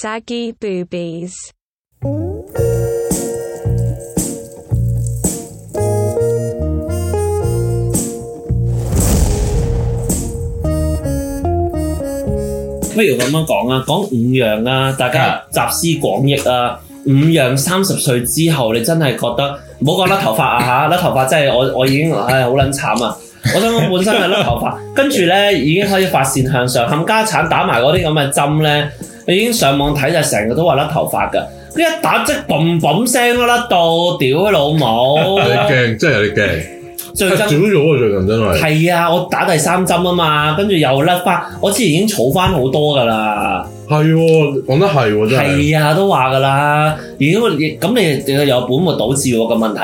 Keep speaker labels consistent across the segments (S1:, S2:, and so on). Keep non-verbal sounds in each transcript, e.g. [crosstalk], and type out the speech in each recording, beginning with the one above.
S1: saggy boobies.
S2: 不如咁樣講啊，講五樣啊，大家集思廣益啊。五樣三十歲之後，你真係覺得唔好講甩頭髮啊 [laughs] 嚇，甩頭髮真係我我已經唉好撚慘啊！我想講本身係甩頭髮，跟住咧已經可以髮線向上，冚家產打埋嗰啲咁嘅針咧，你已經上網睇就成日都話甩頭髮㗎。一打即嘣嘣聲都甩到，屌老
S3: [laughs]
S2: 母！
S3: 有啲驚，真係有啲驚，
S2: 最
S3: 少 [laughs]
S2: 憎
S3: 咗啊！最近真係
S2: 係啊，我打第三針啊嘛，跟住又甩翻，我之前已經儲翻好多㗎啦。
S3: 係喎，講得係喎，真係
S2: 係啊，都話噶啦。如果你咁你又有本末倒置喎個問題，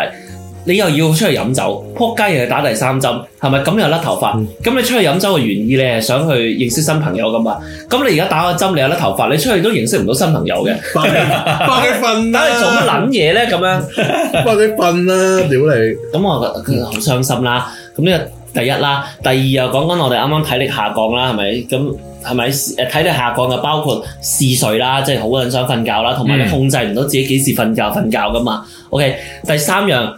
S2: 你又要出去飲酒，撲街又要打第三針，係咪咁又甩頭
S3: 嗯
S2: 髮？咁、你出去飲酒嘅原意，你係想去認識新朋友噶嘛？咁你而家打個針，你又甩頭髮，你出去都認識唔到新朋友嘅，
S3: 翻去翻去瞓
S2: 打你做乜撚嘢咧？咁樣
S3: 翻去瞓啦，屌你！
S2: 咁我覺得好傷心啦。咁呢個第一啦，第二又講緊我哋啱啱體力下降啦，係咪？咁係咪誒體力下降就包括嗜睡啦，即係好撚想瞓覺啦，同埋你
S3: 嗯
S2: 控制唔到自己幾時瞓覺瞓覺噶嘛？OK，第三樣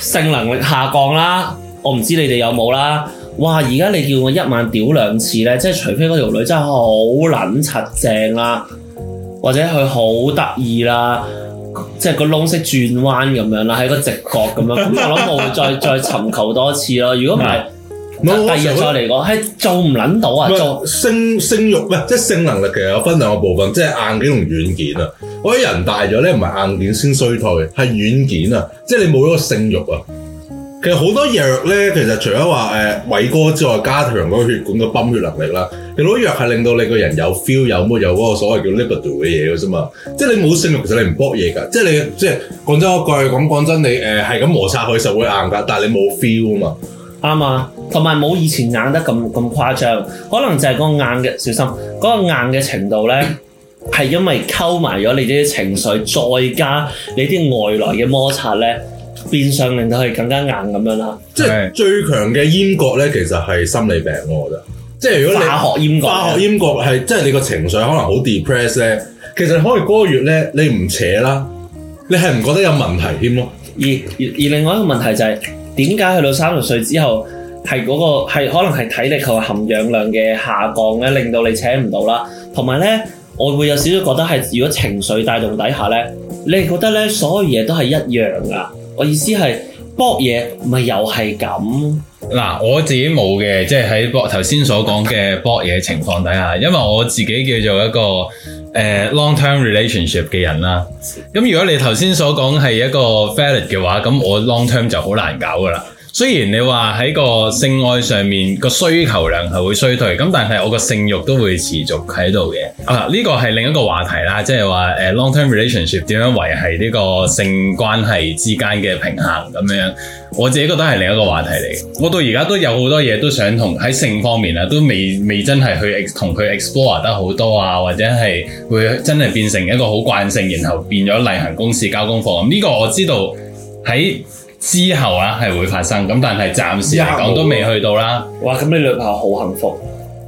S2: 性能力下降啦，我唔知你哋有冇啦。哇！而家你叫我一晚屌兩次咧，即係除非嗰條女真係好撚柒正啦，或者佢好得意啦。即係個窿式轉彎咁樣啦，喺個直角咁樣。咁我諗我會再再尋求多次咯。如果唔係，
S3: 唔係我
S2: 第二日再嚟講，係做唔撚到啊！做
S3: 唔係性性慾唔係即係性能力，其實有分兩個部分，即係硬件同軟件啊。我覺得人大咗咧，唔係硬件先衰退，係軟件啊，即係你冇咗個性慾啊。其實好多藥咧，其實除咗話誒偉哥之外，加強嗰個血管嘅泵血能力啦，其實好多藥係令到你個人有 feel 有乜有嗰個所謂叫 libido 嘅嘢嘅啫嘛。即係你冇性慾，其實你唔搏嘢㗎。即係你即係講真嗰句咁講真，你誒係咁摩擦佢就會硬㗎，但係你冇 feel 啊嘛。
S2: 啱啊，同埋冇以前硬得咁咁誇張，可能就係個硬嘅小心嗰、個硬嘅程度咧，係因為溝埋咗你啲情緒，再加你啲外來嘅摩擦咧，變相令到佢更加硬咁樣啦。
S3: 即係
S4: 係
S3: 最強嘅閹割咧，其實係心理病咯，我覺得。即係如果你
S2: 化學閹割，
S3: 化學閹割係即係你個情緒可能好 depress 咧，其實可以嗰個月咧你唔扯啦，你係唔覺得有問題添咯？
S2: 而而而另外一個問題就係點解去到三十歲之後係嗰、個係可能係體力同埋含氧量嘅下降咧，令到你請唔到啦。同埋咧，我會有少少覺得係如果情緒帶動底下咧，你係覺得咧所有嘢都係一樣噶。我意思係搏嘢咪又係咁，
S4: 嗱，我自己冇嘅，即係喺博頭先所講嘅博嘢情況底下，因為我自己叫做一個誒、呃 long-term relationship 嘅人啦。咁如果你頭先所講係一個 valid 嘅話，咁我 long-term 就好難搞噶啦。雖然你話喺個性愛上面個需求量係會衰退，咁但係我個性慾都會持續喺度嘅。啊，呢個係另一個話題啦，即係話誒 long-term relationship 點樣維係呢個性關係之間嘅平衡咁樣。我自己覺得係另一個話題嚟嘅。我到而家都有好多嘢都想同喺性方面啊，都未未真係去 ex- 同佢 explore 得好多啊，或者係會真係變成一個好慣性，然後變咗例行公事交功課。咁呢個我知道喺之後啊係會發生，咁但係暫時
S2: 啊
S4: 嚟講都未去到啦。
S2: 哇！咁你女朋友好幸福。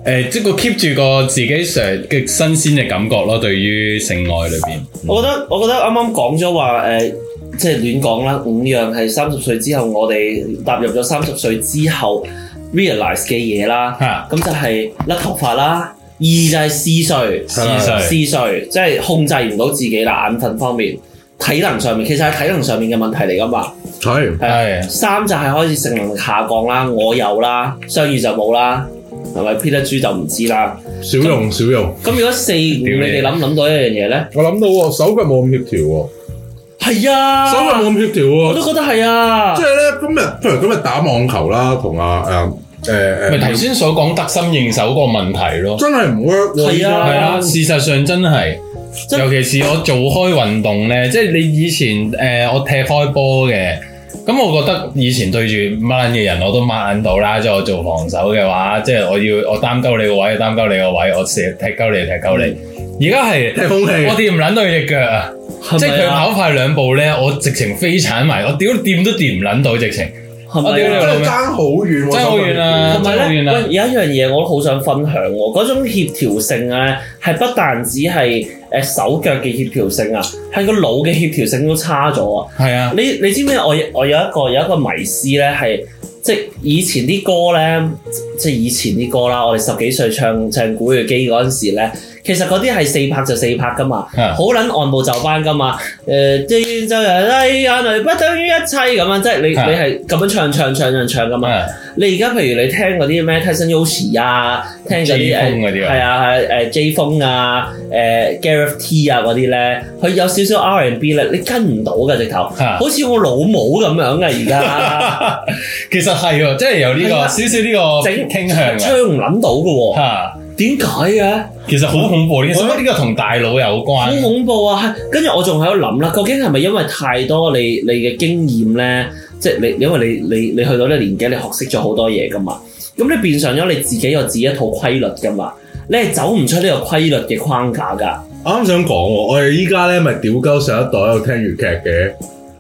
S4: 誒、即係個 keep 住個自己上嘅新鮮嘅感覺咯，對於性愛裏邊。
S2: 我覺得我覺得啱啱講咗話誒，即係亂講啦。五樣係三十歲之後，我哋踏入咗三十歲之後 realize 嘅嘢啦。
S4: 嚇
S2: 咁就係甩頭髮啦。二就係嗜睡，
S4: 係
S2: 嗜睡即係控制唔到自己啦。眼瞓方面，體能上面其實係體能上面嘅問題嚟㗎嘛。
S3: 係
S4: 係
S2: 三就係啊開始性能力下降啦，我有啦，雙魚就冇啦，係咪 Peter 豬就唔知啦。
S3: 少用少用。
S2: 咁如果四五你哋諗唔諗到一樣嘢咧？
S3: 我諗到喎，手腳冇咁協調喎，
S2: 係啊，
S3: 手腳冇咁協調
S2: 我都
S3: 喎。
S2: 覺得係啊
S3: 即。係咧，今日譬如今日打網球啦，同阿誒
S4: 咪
S3: 誒
S4: 頭
S3: 誒，
S4: 先所講得心應手個問題咯。
S3: 真係唔 work 喎。
S2: 係啊
S4: 係啊，事實上真係，
S2: 真
S4: 尤其是我做開運動咧，即係你以前誒、呃我踢開波嘅，咁我覺得以前對住孖撚嘅人我都孖撚到啦，即係我做防守嘅話，即係我要我擔鳩你個位，擔鳩你個位，我射踢鳩你踢鳩你。而家係
S3: 踢空氣
S4: 我掂唔撚到佢只腳啊！
S2: 係咪啊
S4: 即係佢跑快兩步咧，我直情飛鏟埋，我屌掂都掂唔撚到直情。
S2: 係
S4: 我屌你
S2: 咪
S4: 老
S2: 啊？
S4: 味
S3: 真係爭好遠喎，
S4: 真係好遠啊
S2: 同埋
S4: 爭好
S2: 咧，
S4: 遠啊
S2: 喂，有一樣嘢我都好想分享喎，嗰種協調性咧，係不但只係誒手腳嘅協調性啊，係個腦嘅協調性都差咗啊！
S4: 係啊，
S2: 你你知唔知我我有一個有一個迷思咧，係即係以前啲歌咧，即係以前啲歌啦，我哋十幾歲唱唱古巨基嗰陣時咧，其實嗰啲係四拍就四拍噶嘛，
S4: 啊
S2: 好撚按部就班噶嘛。呃誒，正就人哎眼淚不等於一切咁樣，即係你你
S4: 啊
S2: 係咁樣唱唱唱唱唱噶嘛。
S4: 啊
S2: 你而家譬如你聽嗰啲咩 Tyson Yoshi 啊，聽嗰
S4: J
S2: 啲誒
S4: 風嗰啲啊
S2: 係啊係誒 J 風啊，誒 Gareth T 啊嗰啲咧，佢有少少 R&B 咧，你跟唔到嘅直頭，
S4: 嚇
S2: 好似我老母咁樣啊嘅而家， [laughs]
S4: 其實係喎，即係有呢個
S2: 係啊
S4: 少少呢個
S2: 整
S4: 傾向啊
S2: 唱唔諗到嘅喎，
S4: 嚇。
S2: 點解嘅？
S4: 其實好恐怖呢，所以呢個同大腦有
S2: 好
S4: 關。
S2: 恐怖啊！係跟住我仲喺度諗啦，究竟係咪因為太多你你嘅經驗咧？即係你因為你你你去到呢年紀，你學識咗好多嘢噶嘛，咁你變上咗你自己有自己一套規律噶嘛，你係走唔出呢個規律嘅框架噶。
S3: 啱想講喎，我哋依家咧咪屌鳩上一代喺度聽粵劇嘅，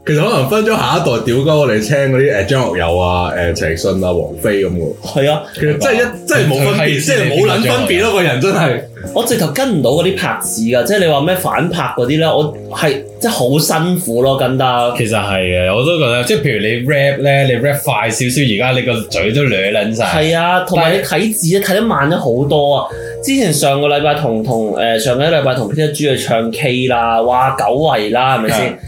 S3: 其實可能分咗下一代屌鳩我哋聽嗰啲誒張學友啊、誒陳奕迅啊、王菲咁嘅，
S2: 係啊，
S3: 其實真係一真係冇分別，即係冇撚分別咯，個人真係。
S2: 我直頭跟唔到嗰啲拍子噶，即係你話咩反拍嗰啲咧，我係即係好辛苦咯，跟得。
S4: 其實係嘅，我都覺得，即係譬如你 rap 咧，你 rap 快少少，而家你個嘴都攣撚晒。
S2: 係啊，同埋
S4: 但係
S2: 你睇字咧睇得慢咗好多啊！之前上個禮拜同同誒上個禮拜同 Peter 豬去唱 K 啦，哇久違啦，係啊咪
S4: 係
S2: 先？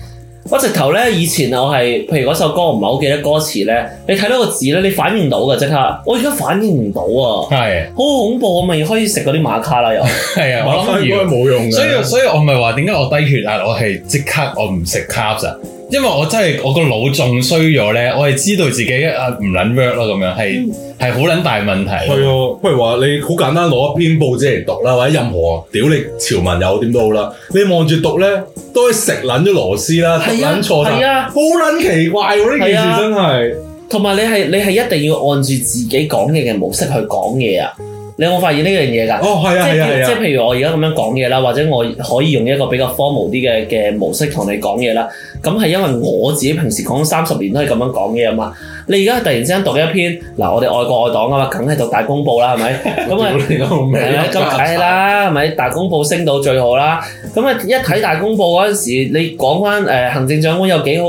S2: 我直頭咧，以前啊我係譬如嗰首歌我唔係好記得歌詞咧，你睇到個字咧，你反應到噶即刻。我而家反應唔到啊，
S4: 係
S2: 好恐怖！我啊咪可以食嗰啲馬卡啦又。
S4: 係啊，我諗
S3: 應該
S4: 要。
S3: 冇用嘅。
S4: 所以所以我咪話點解我低血壓，我係即刻我唔食 carbs 啊，因為我真係我個腦仲衰咗咧，我係知道自己啊唔撚 work 咯，咁樣係
S2: 嗯
S4: 係好撚大問題。
S3: 係啊，不如話你好簡單攞一篇報紙嚟讀啦，或者任何屌你潮文又點都好啦，你望住讀咧，都係食撚咗螺絲啦，讀
S2: 係啊
S3: 撚錯
S2: 係
S3: 晒，
S2: 啊
S3: 好撚奇怪喎呢件
S2: 係啊
S3: 事真係。
S2: 同埋你係你係一定要按住自己講嘢嘅模式去講嘢啊！你有冇發現呢樣嘢㗎？
S3: 哦，係
S2: 即
S3: 啊，係
S2: 係
S3: 啊，係
S2: 即
S3: 啊
S2: 係。譬如我而家咁樣講嘢啦，或者我可以用一個比較 formal 啲嘅嘅模式同你講嘢啦。咁係因為我自己平時講三十年都係咁樣講嘢啊嘛。你而家突然之間讀一篇嗱，我哋愛國愛黨啊嘛，梗係讀大公報啦，係咪？咁啊
S3: 屌。你個名
S2: 係啦，咁梗係啦，係咪？大公報升到最好啦。咁啊，一睇大公報嗰陣時，你講翻誒行政長官有幾好，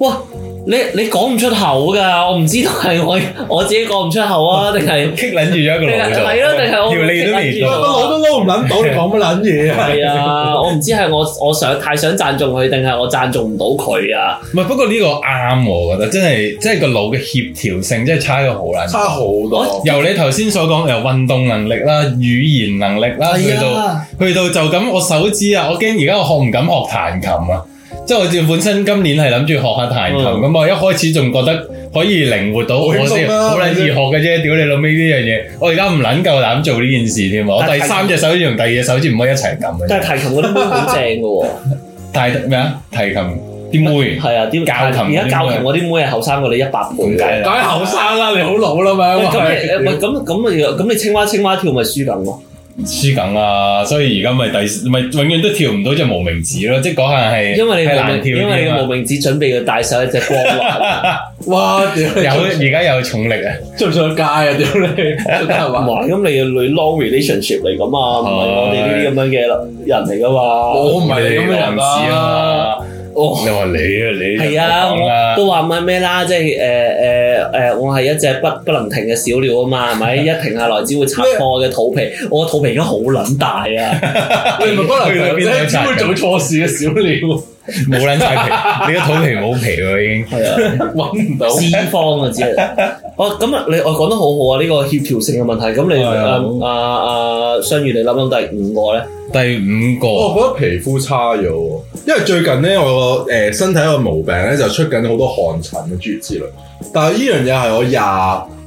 S2: 哇！你你講唔出口㗎，我唔知道係我我自己講唔出口啊，定
S4: [laughs]
S2: 係
S4: 棘撚住咗一個
S2: 定
S4: 腦
S2: 係啊
S4: 度，
S2: 係咯定係我
S4: 條脷都未
S2: 棘撚住啊咗。
S4: 到
S3: 個腦都撈唔撚到，你講乜撚嘢啊？
S2: 係
S4: [laughs]
S2: 啊，我唔知係我我想太想讚中佢，定係我讚中唔到佢啊？
S4: 唔係，不過呢個啱我覺得，真係即係個腦嘅協調性真係差咗好撚。
S3: 差好多。
S4: 由你頭先所講，由運動能力啦、語言能力啦，去到
S2: 啊，
S4: 去到就咁，我手指啊，我驚而家我學唔敢學彈琴啊！即係我自本身今年係諗住學下彈琴
S2: 嗯
S4: 咁，我一開始仲覺得可以靈活到，
S3: 好
S4: 我
S3: 輕
S4: 先
S3: 鬆啦
S4: 好撚易學嘅啫。屌你老味呢樣嘢，我而家唔撚夠膽做呢件事添啊！我
S2: 但係
S4: 第三隻手指同第二隻手指唔可以一齊撳
S2: 但
S4: 嘅。
S2: 係提琴嗰啲妹好正嘅
S4: [laughs]
S2: 喎，
S4: 但係咩啊？提琴啲妹
S2: 係啊，點
S4: 教琴嗰啲
S2: 而
S4: 妹啊
S2: 家教琴嗰啲妹係後生過你一百倍計
S3: 梗係後生啦，你好老啦嘛。
S2: 喂
S3: 因
S2: 咁你
S3: 為
S2: 喂咁咁咪咁你青蛙青蛙跳咪輸緊咯？
S4: 輸緊啦，所以而家咪第咪永遠都跳唔到隻無名指咯，即係嗰下係
S2: 因為你
S4: 係
S2: 無
S4: 難
S2: 名，
S4: 跳
S2: 因為你
S4: 啲
S2: 嘅無
S4: 啊
S2: 名指準備要戴手一隻光
S4: [laughs]
S2: 環，
S3: 哇！ [laughs] 屌
S4: 有
S3: 你
S4: 而家有重力啊，
S3: 出唔上街啊？屌
S4: [laughs]
S3: 你真係
S2: 唔
S3: 嘛？
S2: 係咁你嘅女 long relationship 嚟噶嘛，唔係我哋呢啲咁樣嘅人嚟噶嘛。
S3: 我唔係你咁嘅人
S4: 啊
S3: 啦。，
S2: 哦
S4: 你話你啊你
S2: 係啊，
S4: 講啦
S2: 我都話唔係咩啦，即係誒誒誒，我係一隻不不能停嘅小鳥啊嘛，係
S3: [laughs]
S2: 咪？一停下來只會拆破我嘅肚皮，我個肚皮而家好撚大
S3: [laughs]
S2: 啊！
S3: 你咪不能
S4: 去到邊
S3: 你
S4: 度都
S3: 只會做錯事嘅小鳥，
S4: 冇撚晒皮，你個肚皮冇皮喎已經。
S2: 係啊，
S3: [laughs] 揾唔到。
S2: 脂肪啊，只
S3: [laughs]
S2: 係。哦，咁啊，你我講得好好啊，呢個協調性嘅問題。咁你
S4: 係啊
S2: 誒啊啊，相如你諗諗第五個咧？
S4: 第五個
S3: 我覺得皮膚差咗喎，因為最近咧我個誒、呃身體有個毛病咧就出緊好多汗疹啊諸如此類，但係呢樣嘢係我廿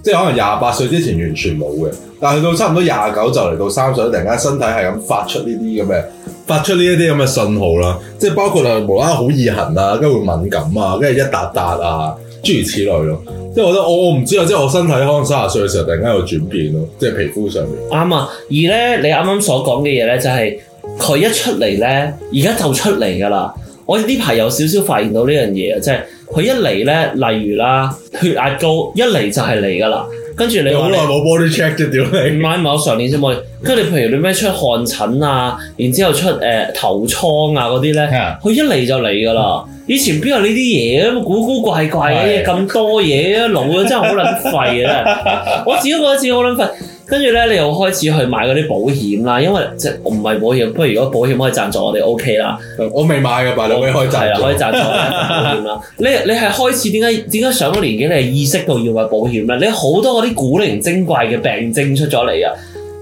S3: 即係可能廿八歲之前完全冇嘅，但係去到差唔多廿九就嚟到三十，突然間身體係咁發出呢啲咁嘅發出呢一啲咁嘅信號啦，即係包括啊無啦啦好易痕啊，跟住會敏感啊，跟住一笪笪啊諸如此類咯。即係我覺得我我唔知啊，即係我身體可能三十歲嘅時候突然間有轉變咯，即係皮膚上面。
S2: 啱啊！而咧，你啱啱所講嘅嘢咧，就係佢一出嚟咧，而家就出嚟噶啦。我呢排有少少發現到呢樣嘢啊，即係佢一嚟咧，例如啦，血壓高，一嚟就係嚟噶啦。跟住你
S3: 你
S2: 話
S3: 好
S2: 你
S3: 耐冇 body check 啫，屌
S2: 唔
S3: 你！
S2: 係唔係，我上年先冇。跟住你譬如你咩出汗疹啊，然之後出誒、呃、頭瘡啊嗰啲咧，
S4: 啊
S2: 佢一嚟就嚟㗎啦。以前邊有呢啲嘢啊？古古怪怪嘅嘢
S4: 係
S2: 咁多嘢啊，老啊真係好撚廢啊！真係
S4: [laughs]
S2: 我自己覺得自己好撚廢。跟住咧，你又開始去買嗰啲保險啦，因為即係唔係保險，不如如果保險可以贊助我哋 OK 啦。
S3: 我未買嘅，但係你可以開
S2: 係啦，啊可以
S3: 閘。
S2: 賺咗 [laughs] 保險啦。你你係開始點解點解上咗年紀你係意識到要買保險咧？你好多嗰啲古靈精怪嘅病症出咗嚟啊！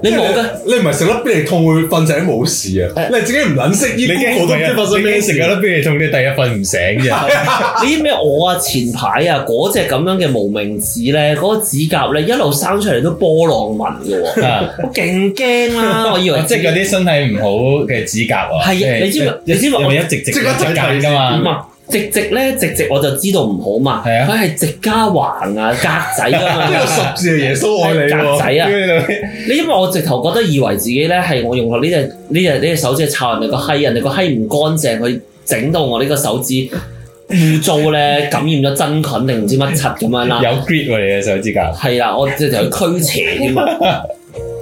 S2: 你冇嘅，
S3: 你唔係食粒必理痛會瞓醒冇事啊？你係自己唔撚識醫，我都唔知發生咩事啊
S4: 食咗粒必理啊痛，你第一瞓唔醒
S3: [laughs]
S4: 啫。啊
S2: 你知唔知我啊前排啊嗰只咁樣嘅無名指咧，嗰、個指甲咧一路生出嚟都波浪紋嘅喎，
S4: [laughs] 啊
S2: 我勁驚
S4: [laughs]
S2: 啦！我以為
S4: 即係嗰啲身體唔好嘅指甲啊，
S2: 係啊你知唔知你知唔知我
S4: 因為一直直
S3: 即刻
S4: 直間㗎
S2: 唔
S4: 嘛，
S2: 係啊直直咧，直直我就知道唔好嘛。
S4: 嗯係啊
S2: 佢係直加橫啊，格仔㗎
S4: [laughs]
S2: 嘛
S3: 呢。個十字係耶穌愛你
S2: 格仔
S3: 喎。
S2: 啊！
S4: 屌你
S2: 你因為我直頭覺得以為自己咧係我用我呢隻呢隻呢隻手指去摷人哋個閪，人哋個閪唔乾淨，佢整到我呢個手指污糟咧，感染咗真菌定唔知乜柒咁樣啦。
S4: 有 grip 喎你嘅手指甲。
S2: 係啦，我直頭去驅邪添
S3: [laughs]
S2: 啊！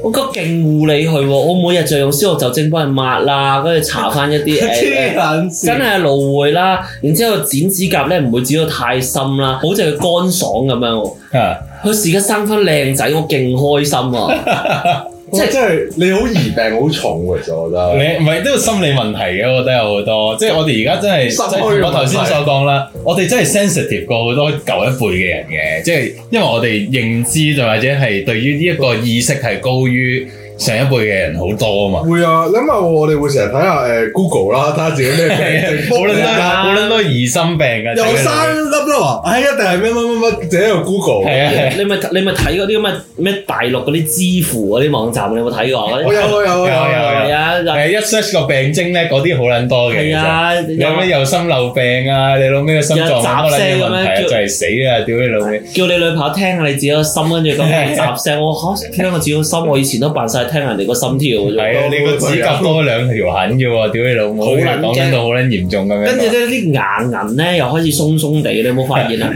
S2: 我覺得勁護理佢喎，我每日就用消毒酒精幫佢抹啦，跟住搽翻一
S3: [laughs]
S2: 啲誒。
S3: 黐
S2: 誒
S3: 撚
S2: 啊真
S3: 線！
S2: 係蘆薈啦，然之後剪指甲咧唔會剪到太深啦，好似佢乾爽咁樣喎。
S4: 啊
S2: 佢時間生翻靚仔，我勁開心啊！
S3: 即係真係你好疑病好重喎，其實我覺得。
S4: 你唔係都有心理問題嘅，我覺得有好多，即係我哋而家真係，
S3: 心虛
S4: 即係我頭先
S3: 問題
S4: 所講啦，我哋真係 sensitive 過好多舊一輩嘅人嘅，即係因為我哋認知就或者係對於呢一個意識係高於上一輩嘅人好多啊嘛，
S3: 會啊，你諗下我哋會成日睇下誒 Google 啦，睇下自己咩病
S4: [laughs] 好撚
S3: 症
S4: 多
S2: 啊
S4: 好撚多疑心病
S3: [laughs]
S4: 嘅，
S3: 又生粒啦話，唉，一定係咩乜乜乜，自己用 Google。
S4: 係啊係啊
S2: 你咪你咪睇嗰啲咁嘅咩大陸嗰啲支付嗰啲網站，你有冇睇過嗰啲？
S3: 我有我有我有有。
S4: 有有有
S2: 係啊， [laughs]
S4: 係一 search 個病徵咧，嗰啲好撚多嘅，
S2: 係啊，
S4: 其實有 [laughs] 咩又心漏病啊，你老咩個心臟有乜撚嘢問題
S2: 有雜
S4: 啊，
S2: 聲咁樣叫
S4: 就係死啊，屌你老味！
S2: 叫你女朋友聽下你自己個心，跟住咁樣雜聲。我嚇聽我自己個心，我以前都扮晒聽人哋個心跳嘅啫。
S4: 係啊，你個指甲多兩條痕嘅喎，屌你老母！
S2: 好撚
S4: 講緊到好撚嚴重咁樣。
S2: 跟住咧啲牙齦咧又開始鬆鬆地，你有冇發現啊？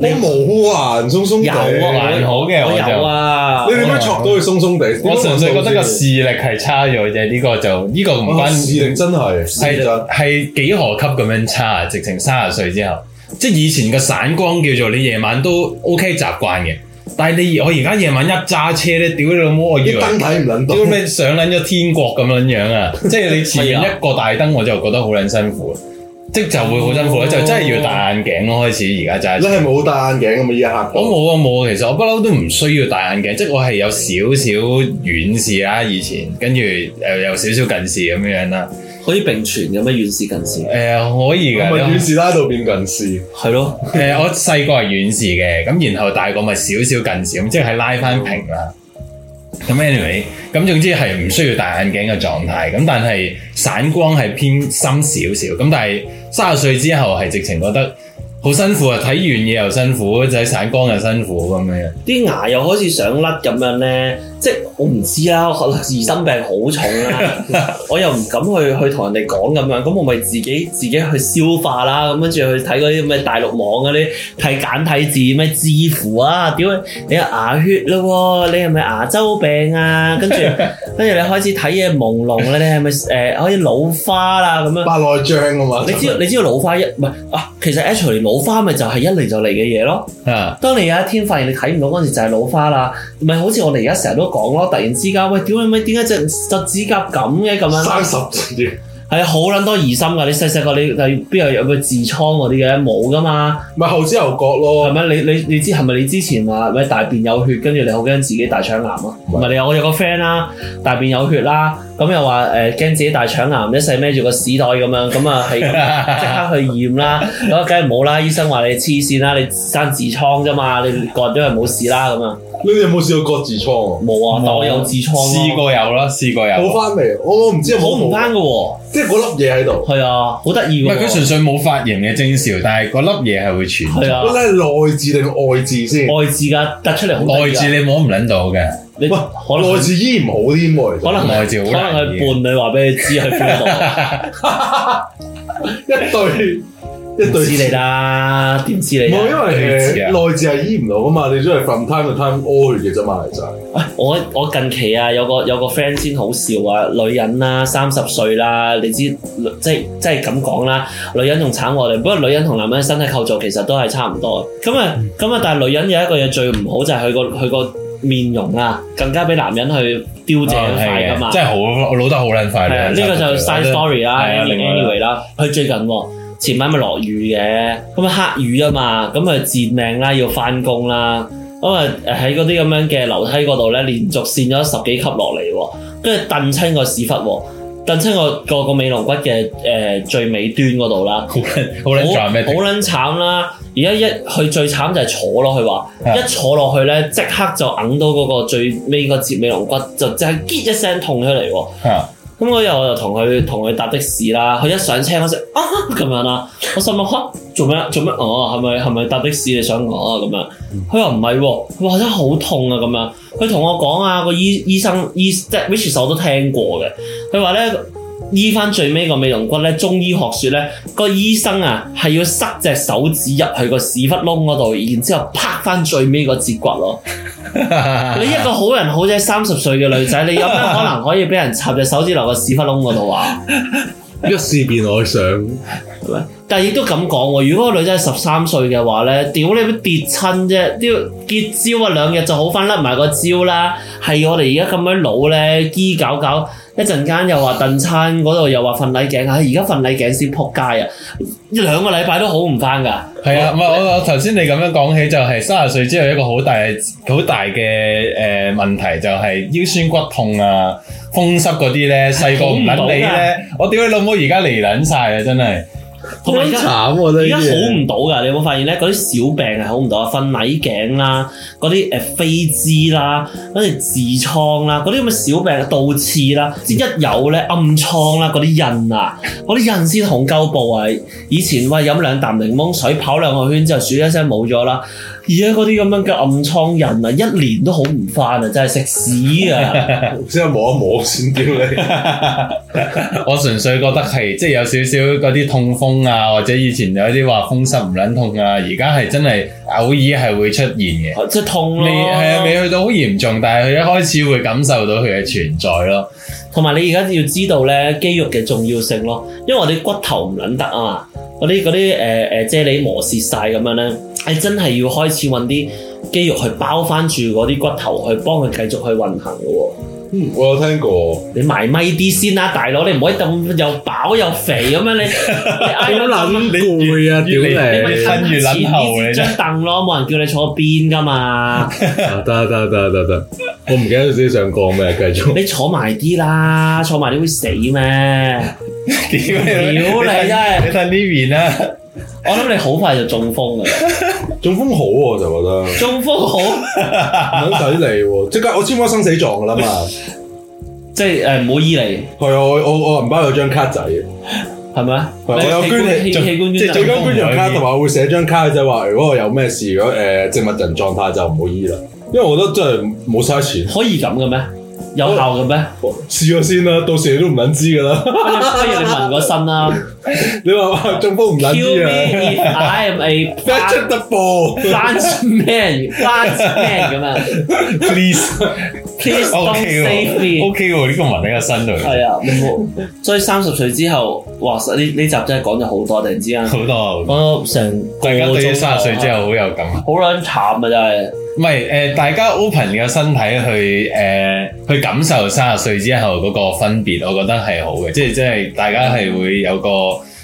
S3: 你冇啊，鬆鬆
S2: 有啊
S3: 地。
S4: 還好嘅，
S2: 我
S4: 我
S2: 有
S4: 就
S2: 啊
S3: 你，點樣戳到佢鬆鬆地？
S4: 我純粹覺得個
S3: 視
S4: 視力係差咗啫，呢個就呢個唔關
S3: 啊視哦力真係視力
S4: 係係幾何級咁樣差啊！直情三十歲之後，即係以前個散光叫做你夜晚都 OK 習慣嘅，但係你我而家夜晚一揸車咧，屌你老母！我以
S3: 啲
S4: 為
S3: 燈睇唔撚到
S4: 屌。你上撚咗天國咁樣
S3: [laughs]
S4: 樣啊！即係你前面一個大燈，我就覺得好撚辛苦，即係就會好辛苦咧，就真係要戴眼鏡咯。開始而家揸
S3: 哦你
S4: 車。
S3: 係冇戴眼鏡咁嘛？依一刻
S4: 我冇啊冇啊，其實我不嬲都唔需要戴眼鏡，即係我係有少少遠視啦，以前跟住誒有少少近視咁樣樣啦。
S2: 好似並存咁樣遠視近視
S4: 誒、。可以
S3: 係
S4: 㗎，
S3: 咪
S4: 誒
S3: 啊遠視拉到變近視？
S2: 係咯，
S4: 我細個係遠視嘅，咁然後大個咪少少近視，咁即係拉翻平啦。咁 anyway，咁總之係唔需要戴眼鏡嘅狀態，咁但係散光係偏深少少，咁但係三十歲之後係直情覺得好辛苦啊，睇完嘢又辛苦，就係散光又辛苦咁樣。
S2: 啲牙又開始想甩咁樣咧，即係我唔知啦，我可能疑心病好重啦，我又唔敢去去同人哋講咁樣，咁我咪自己自己去消化啦，咁跟住去睇嗰啲咩大陸網嗰啲睇簡體字咩字符啊，屌你有牙血咯喎，你係咪牙周病啊？跟住跟住你開始睇嘢朦朧啦，你係咪誒開始老花啦咁樣？
S3: 白內障啊嘛。
S2: 你知道你知道老花一唔係啊，其實 actually 老花咪就係一嚟就嚟嘅嘢咯。
S4: 啊，
S2: 當你有一天發現你睇唔到嗰陣時，就係老花啦。咪好似我哋而家成日都講咯，突然之間，喂，屌你咪點解隻隻指甲咁嘅咁樣？
S3: 三十歲，
S2: 係啊好撚多疑心㗎。你細細個你你邊有有個痔瘡嗰啲嘅冇㗎嘛？
S3: 咪後知後覺
S2: 係
S3: 咯。
S2: 咪？你你你知係咪你之前話咩大便有血，跟住你好驚自己大腸癌啊？唔係你有我有個 friend 啦，大便有血啦，咁又話誒驚自己大腸癌，一世孭住個屎袋咁樣，咁啊係咁即刻去驗啦，咁啊梗係冇啦，醫生話你黐線啦，你生痔瘡啫嘛，你割咗係冇事啦咁啊。
S3: 你哋有冇試過割痔瘡啊？
S2: 冇啊，但我有痔瘡咯
S4: 試過有啦，試過有。
S3: 好翻嚟，我我唔知有
S2: 好
S3: 冇
S2: 唔啱嘅喎，
S3: 即係嗰粒嘢喺度，
S2: 係啊，好得意
S4: 唔
S2: 喎。
S4: 係佢純粹冇發炎嘅徵兆，但係嗰粒嘢係會傳。
S2: 係啊，
S3: 嗰粒係內痔定外痔先？
S2: 外痔㗎，突出嚟好得
S4: 內
S2: 意
S4: 痔
S2: 啊。
S4: 你摸唔撚到嘅，
S2: 你
S3: 喂，
S2: 可能
S3: 內自依然唔好添喎，其實
S2: 可能
S4: 內照好啊
S2: 可能
S4: 難
S2: 佢伴侶話俾你知去邊
S4: [laughs]
S2: 度，
S3: 一對一
S2: 唔
S3: 對
S2: 知你啦，點知
S3: 唔
S2: 你
S3: 係
S2: 啊？
S3: 因為呃
S4: 對字啊
S3: 誒內字係醫唔到噶嘛，你都係 from time to time 屙血嘅啫嘛，其實。
S2: 我我近期啊，有個有個 friend 先好笑啊，女人啦，三十歲啦，你知即係即係咁講啦，女人仲慘過我哋。不過女人同男人身體構造其實都係差唔多。咁啊咁啊，但係女人有一個嘢最唔好就係佢個佢個面容啊，更加比男人去凋謝得快噶嘛。
S4: 啊真係好，我老得好撚快。
S2: 係啊，呢個就 side story 啦
S4: 係啊另外啦
S2: ，anyway 啦。佢最近喎，前晚咪落雨嘅，咁啊黑雨啊嘛，咁啊賤命啦，要翻工啦。咁啊喺嗰啲咁樣嘅樓梯嗰度咧，連續跣咗十幾級落嚟喎，跟住蹬親個屎忽喎，蹬親個個個尾龍骨嘅誒、呃最尾端嗰度啦。
S4: 好撚好
S2: 好
S4: 撚
S2: 好
S4: dramatic
S2: 撚慘啦！而家一佢最慘就係坐落去話，
S4: 啊
S2: 一坐落去咧，即刻就揞到嗰個最尾個折尾龍骨，就即係結一聲痛出嚟喎。
S4: 嚇
S2: 咁嗰日我就同佢同佢搭的士啦，佢一上車嗰時啊咁樣啦，我心諗嚇做咩做咩哦，係咪係咪搭的士你想我啊咁樣？佢話唔係喎，佢話真係好痛啊咁樣。佢同我講啊，個醫醫生醫即係 which is 我都聽過嘅，佢話咧。醫翻最尾個尾龍骨咧，中醫學説咧，個醫生啊係要塞隻手指入去個屎忽窿嗰度，然之後拍翻最尾個節骨咯。
S4: 啊
S2: [laughs] 你一個好人好姐三十歲嘅女仔，你有咩可能可以俾人插隻手指落個屎忽窿嗰度啊？
S3: 一試便愛上，
S2: 係咪？但係亦都咁講喎，如果個女仔係十三歲嘅話咧，屌你都跌親啫，屌結焦啊兩日就好翻甩埋個焦啦。係我哋而家咁樣老咧，醫搞搞一陣間又話燉餐嗰度又話瞓禮頸啊，而家瞓禮頸先撲街啊！兩個禮拜都好唔翻㗎，
S4: 係啊，唔係我我頭先你咁樣講起就係三十歲之後一個好大好大嘅誒問題就係腰酸骨痛啊、風濕嗰啲咧，細個唔撚理咧，我屌你老母而家嚟撚晒啊！真係
S2: 同埋而家
S3: 慘喎！
S2: 而
S3: 呢
S2: 家
S3: 啲
S2: 好
S3: 嘢
S2: 唔到㗎，你有冇發現咧？嗰啲小病係好唔到啊，瞓禮頸啦，嗰啲誒飛滋啦，嗰啲痔瘡啦，嗰啲咁嘅小病倒刺啦，即係一有咧暗瘡啦，嗰啲印啊，嗰啲印先紅鳩布啊！以前喂飲兩啖檸檬水跑兩個圈之後，鼠一聲冇咗啦。而家嗰啲咁樣嘅暗瘡印啊，一年都好唔翻啊，真係食屎
S4: [laughs]
S2: 啊！
S3: 先摸一摸先屌你。
S4: 我純粹覺得係即係有少少嗰啲痛風啊，或者以前有啲話風濕唔撚痛啊，而家係真係偶爾係會出現嘅。
S2: 即係痛咯，
S4: 未係啊，未去到好嚴重，但係佢一開始會感受到佢嘅存在咯。
S2: 同埋你而家要知道咧肌肉嘅重要性咯，因為我哋骨頭唔撚得啊嘛，嗰啲嗰啲誒誒啫喱磨蝕晒咁樣咧，係真係要開始揾啲肌肉去包翻住嗰啲骨頭，去幫佢繼續去運行嘅喎。
S3: 嗯，我有聽過。
S2: 你埋咪啲先啦，大佬，你唔可以咁又飽又肥咁
S4: [laughs]
S2: 樣，你你
S3: 好撚攰啊！
S4: 越
S2: 你咪
S4: 嚟越
S3: 屌
S4: 瞓越撚後
S2: 前
S4: 你
S2: 啲
S4: 真係
S2: 張凳咯，冇人叫你坐邊噶
S4: [laughs]
S2: 嘛，
S3: 你，得得得得得，我唔記得自己想講咩，繼續。
S2: 你坐埋啲啦，坐埋啲會死咩？
S4: 屌你！
S2: 屌你真係
S4: 你睇呢邊啦，
S2: 我諗你好快就中風㗎啦，
S3: 中風好喎，我就覺
S2: 中風好。
S3: 得唔好抵你喎，即刻我簽咗生死狀噶啦嘛。
S2: 即係呃誒唔好依你，
S3: 係啊，我我我銀包有張卡仔，
S2: 係咪啊？
S3: 我有
S2: 器
S3: 捐
S2: 官
S3: 氣
S2: 器器官
S4: 即
S2: 捐
S4: 係
S3: 最
S2: 贈
S4: 最
S3: 緊嗰張卡同埋我會寫張卡仔話，如果我有咩事，如果誒植物人狀態就唔好醫啦，因為我覺得真係冇嘥錢。
S2: 可以咁嘅咩？有效嘅咩？
S3: 試咗先啦，到時你都唔撚知噶啦。
S2: 不如不如你問個身
S4: [laughs]
S2: 啦。
S3: 你話哇中風唔
S2: Kill
S3: 撚
S2: me
S3: 知啊
S2: if I am a
S3: ？Fat
S2: plant
S3: check the ball，
S2: man, plant man 咁啊
S4: please
S2: ！Please don't
S4: OK
S2: save me。
S4: 喎，OK 喎，呢個紋喺個身度，
S2: 係啊，冇。所以三十歲之後，哇！呢呢集真係講咗好多，突然之間
S4: 好多。
S2: 講咗成個
S4: 大家對於
S2: 鐘頭啊
S4: 三十歲之後好有感，
S2: 好撚慘啊！真係
S4: 唔係誒，大家 open 嘅身體去誒、去感受三十歲之後嗰個分別，我覺得係好嘅，即係即係大家係會有個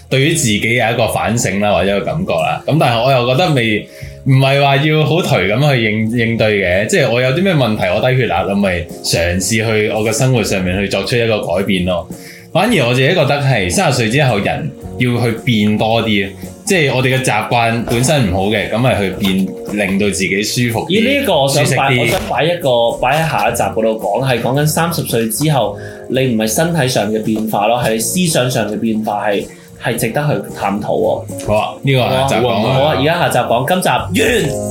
S4: 對於自己有一個反省啦，或者一個感覺啦。咁但係我又覺得未唔係話要好頹咁去應應對嘅，即係我有啲咩問題，我低血壓，我咪嘗試去我嘅生活上面去作出一個改變咯。反而我自己覺得係三十歲之後人要去變多啲，即係我哋嘅習慣本身唔好嘅，咁咪去變，令到自己舒服啲。
S2: 咦？呢一個我想
S4: 舒適
S2: 擺，
S4: 啲
S2: 我想擺一個擺喺下一集嗰度講，係講緊三十歲之後，你唔係身體上嘅變化咯，係你思想上嘅變化係。係值得去探討喎。
S4: 好啊，呢個下集講
S2: 好啊，而家下集講，今集完。